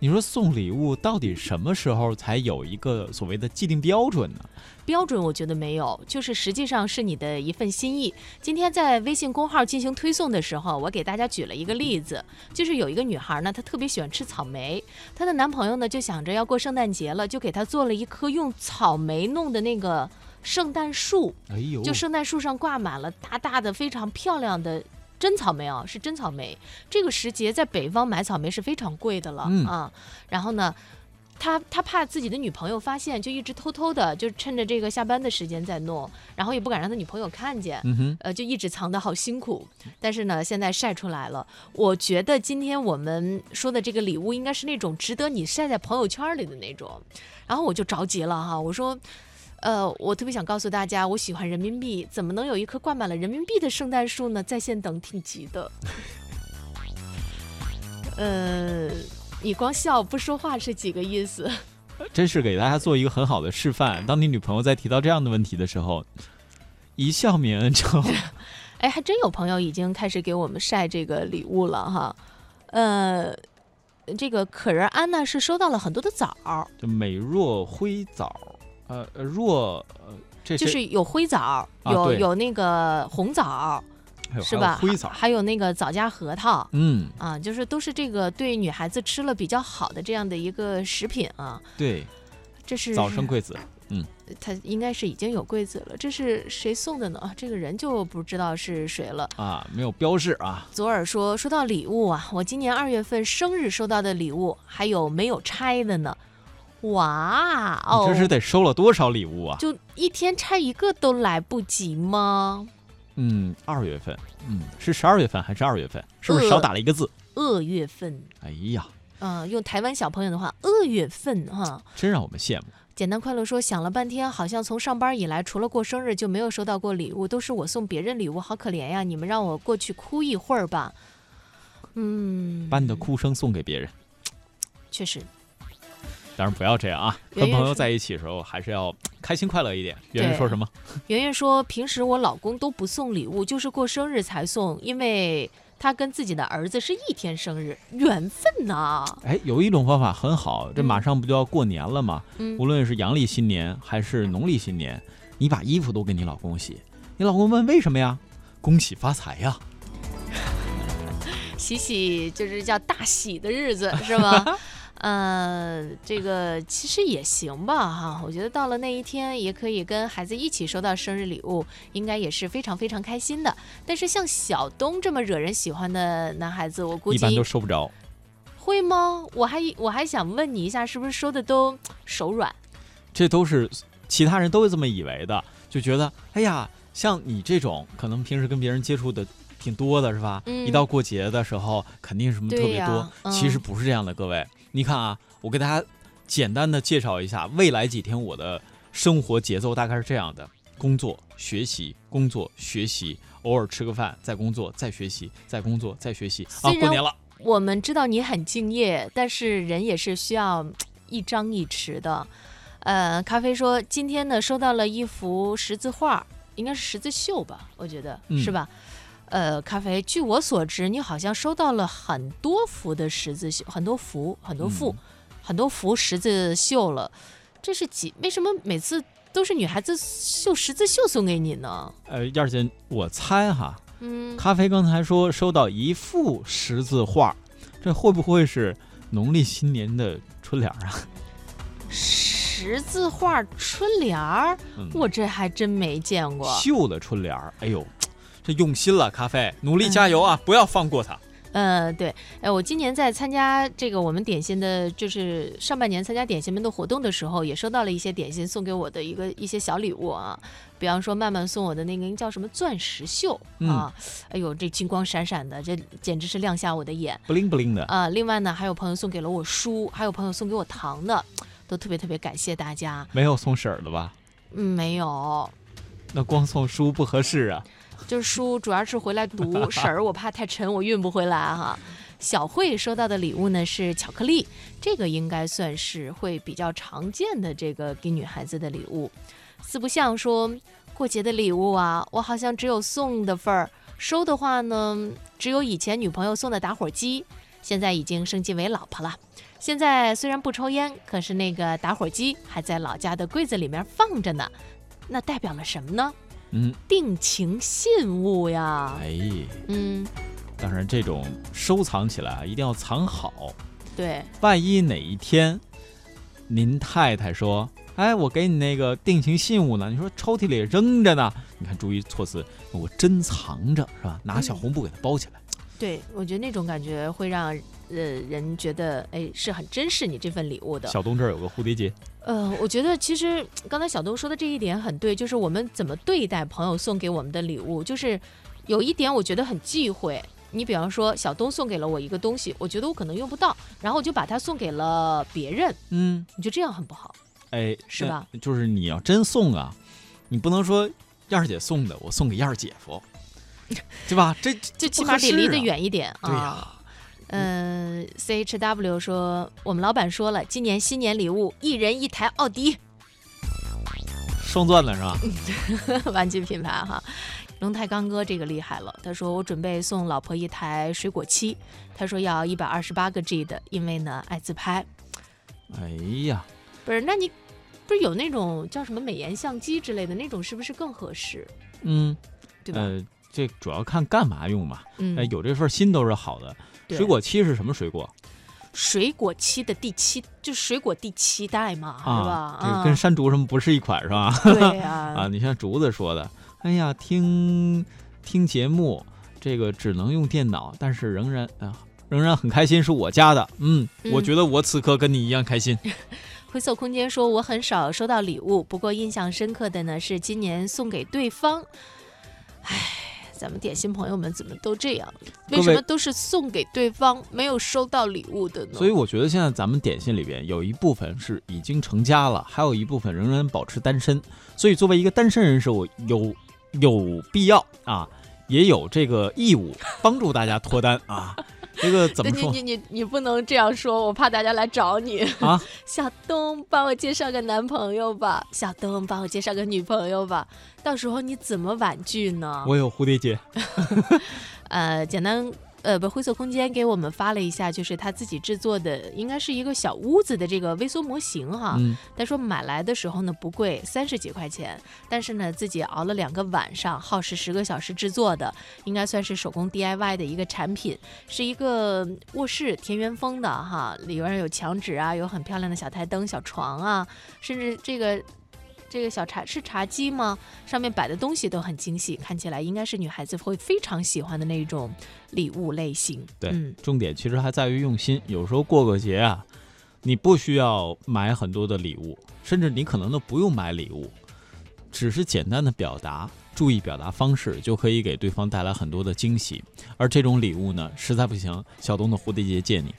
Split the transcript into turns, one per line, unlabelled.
你说送礼物到底什么时候才有一个所谓的既定标准呢？
标准我觉得没有，就是实际上是你的一份心意。今天在微信公号进行推送的时候，我给大家举了一个例子，就是有一个女孩呢，她特别喜欢吃草莓，她的男朋友呢就想着要过圣诞节了，就给她做了一棵用草莓弄的那个圣诞树，
哎呦，
就圣诞树上挂满了大大的、非常漂亮的。真草莓啊，是真草莓。这个时节在北方买草莓是非常贵的了、
嗯
啊。然后呢，他他怕自己的女朋友发现，就一直偷偷的，就趁着这个下班的时间在弄，然后也不敢让他女朋友看见。
嗯哼，
呃，就一直藏得好辛苦，但是呢，现在晒出来了。我觉得今天我们说的这个礼物，应该是那种值得你晒在朋友圈里的那种。然后我就着急了哈，我说，呃，我特别想告诉大家，我喜欢人民币，怎么能有一棵挂满了人民币的圣诞树呢？在线等，挺急的。呃，你光笑不说话是几个意思？
真是给大家做一个很好的示范。当你女朋友在提到这样的问题的时候，一笑泯恩仇。
哎，还真有朋友已经开始给我们晒这个礼物了哈。呃，这个可人安呢是收到了很多的枣儿，
就美若灰枣，呃，呃若呃，这
就
谁
是有灰枣儿，有、
对
有那个红枣儿，
还有
是
哎还有
吧？
灰枣
还，还有那个枣夹核桃。
嗯，
啊，就是都是这个对女孩子吃了比较好的这样的一个食品啊，
对，
这是
早生贵子，
他应该是已经有贵子了，这是谁送的呢？啊这个人就不知道是谁了。
啊，没有标示啊，
左耳说：“说到礼物啊，我今年二月份生日收到的礼物还有没有拆的呢？哇
你
哦
这，是得收了多少礼物啊？
就一天拆一个都来不及吗？
嗯，二月份，嗯，是十二月份还是二月份？是不是少
呃
打了一个字？
二月份，
哎呀，
嗯、用台湾小朋友的话，二月份哈、
真让我们羡慕。
简单快乐说，想了半天，好像从上班以来，除了过生日就没有收到过礼物，都是我送别人礼物，好可怜呀！你们让我过去哭一会儿吧。嗯，
把你的哭声送给别人，
确实，
当然不要这样啊！
圆
跟
圆
朋友
说
在一起的时候还是要开心快乐一点。圆
对
圆说什么？
圆圆说，平时我老公都不送礼物，就是过生日才送，因为他跟自己的儿子是一天生日，缘分呐、
哎，有一种方法很好，这马上不就要过年了吗？
嗯
无论是阳历新年还是农历新年，你把衣服都给你老公洗，你老公问为什么呀？恭喜发财呀！
喜喜就是叫大喜的日子是吗？ 呃，这个其实也行吧哈，我觉得到了那一天也可以跟孩子一起收到生日礼物，应该也是非常非常开心的。但是像小东这么惹人喜欢的男孩子，我估
一般
计
都收不着。
会吗？我还以我还想问你一下，是不是收的都手软？
这都是其他人都会这么以为的，就觉得哎呀，像你这种可能平时跟别人接触的挺多的是吧？
嗯
一到过节的时候，肯定什么特
对
别
呀
多。
嗯
其实不是这样的，各位，你看啊，我给大家简单的介绍一下，未来几天我的生活节奏大概是这样的：工作、学习、工作、学习，偶尔吃个饭，再工作，再学习，再工作，再学习。啊，
虽然
过年了，
我们知道你很敬业，但是人也是需要一张一弛的。呃，咖啡说今天呢收到了一幅十字画，应该是十字绣吧，我觉得、
嗯
是吧？呃，咖啡，据我所知，你好像收到了很多幅的十字绣，很多幅，很多幅，很多幅十字绣了。这是几？为什么每次都是女孩子绣十字绣送给你呢？
呃，燕儿姐，我猜哈，
嗯，
咖啡刚才说收到一幅十字画，这会不会是农历新年的春联儿啊？
十字画春联儿，
嗯，
我这还真没见过。
绣的春联儿，哎呦，这用心了，咖啡，努力加油啊，不要放过它。
嗯，对，哎，我今年在参加这个我们点心的，就是上半年参加点心们的活动的时候，也收到了一些点心送给我的一个一些小礼物啊，比方说曼曼送我的那个叫什么钻石袖、啊，哎呦，这金光闪闪的，这简直是亮瞎我的眼
不灵不灵的，
啊、另外呢，还有朋友送给了我书，还有朋友送给我糖的，都特别特别感谢大家。
没有送婶儿的吧？
嗯，没有，
那光送书不合适啊。
就是书主要是回来读，婶儿我怕太沉，我运不回来哈。小慧收到的礼物呢是巧克力，这个应该算是会比较常见的这个给女孩子的礼物。四不像说过节的礼物啊，我好像只有送的份儿，收的话呢只有以前女朋友送的打火机，现在已经升级为老婆了。现在虽然不抽烟，可是那个打火机还在老家的柜子里面放着呢，那代表了什么呢？
嗯，
定情信物呀。
哎，
嗯，
当然这种收藏起来啊，一定要藏好，
对，
万一哪一天您太太说：“哎，我给你那个定情信物呢。”你说抽屉里扔着呢，你看注意措辞，我真藏着是吧？
嗯
拿小红布给它包起来。
对，我觉得那种感觉会让呃人觉得，哎，是很珍视你这份礼物的。
小东这儿有个蝴蝶结，
呃，我觉得其实刚才小东说的这一点很对，就是我们怎么对待朋友送给我们的礼物，就是有一点我觉得很忌讳。你比方说，小东送给了我一个东西，我觉得我可能用不到，然后我就把它送给了别人，
嗯，
你觉得这样很不好。
哎，
是吧？
就是你要真送啊，你不能说燕儿姐送的，我送给燕儿姐 夫，对吧？这
就
这
起
不
码
合
得
适
离
啊
得。远一点啊。
对呀、
嗯，CHW 说，我们老板说了，今年新年礼物一人一台奥迪
双钻了是
嗯
吧？
玩具品牌哈。龙太刚哥这个厉害了，他说我准备送老婆一台水果七，他说要一百二十八个 G 的，因为呢爱自拍。
哎呀，
不是，那你不是有那种叫什么美颜相机之类的那种，是不是更合适？
嗯，
对吧？
呃，这主要看干嘛用嘛。
嗯，
哎，有这份心都是好的。
对
水果七是什么水果？
水果七的第七，就是水果第七代嘛，是吧？
啊，这
啊，嗯
个跟山竹什么不是一款是吧？
对呀、
啊，你像竹子说的，哎呀，听听节目，这个只能用电脑，但是仍然啊。仍然很开心，是我家的。嗯，我
嗯
觉得我此刻跟你一样开心。
灰色空间说：“我很少收到礼物，不过印象深刻的呢是今年送给对方。唉，咱们点心朋友们怎么都这样？
各位
为什么都是送给对方，没有收到礼物的呢？
所以我觉得现在咱们点心里边有一部分是已经成家了，还有一部分仍然保持单身。所以作为一个单身人士，我有有必要啊，也有这个义务帮助大家脱单啊。这个怎么
对
说
你你你你不能这样说，我怕大家来找你。
啊？
小东，帮我介绍个男朋友吧。小东，帮我介绍个女朋友吧。到时候你怎么婉拒呢？
我有蝴蝶结。
呃，简单。呃，不，灰色空间给我们发了一下，就是他自己制作的，应该是一个小屋子的这个微缩模型哈。
嗯，
他说买来的时候呢不贵，三十几块钱，但是呢自己熬了两个晚上，耗时十个小时制作的，应该算是手工 DIY 的一个产品，是一个卧室田园风的哈，里边有墙纸啊，有很漂亮的小台灯、小床啊，甚至这个。这个小茶是茶几吗？上面摆的东西都很精细，看起来应该是女孩子会非常喜欢的那种礼物类型。
对，
嗯，
重点其实还在于用心。有时候过个节啊，你不需要买很多的礼物，甚至你可能都不用买礼物，只是简单的表达，注意表达方式，就可以给对方带来很多的惊喜。而这种礼物呢，实在不行，小东的蝴蝶结借你。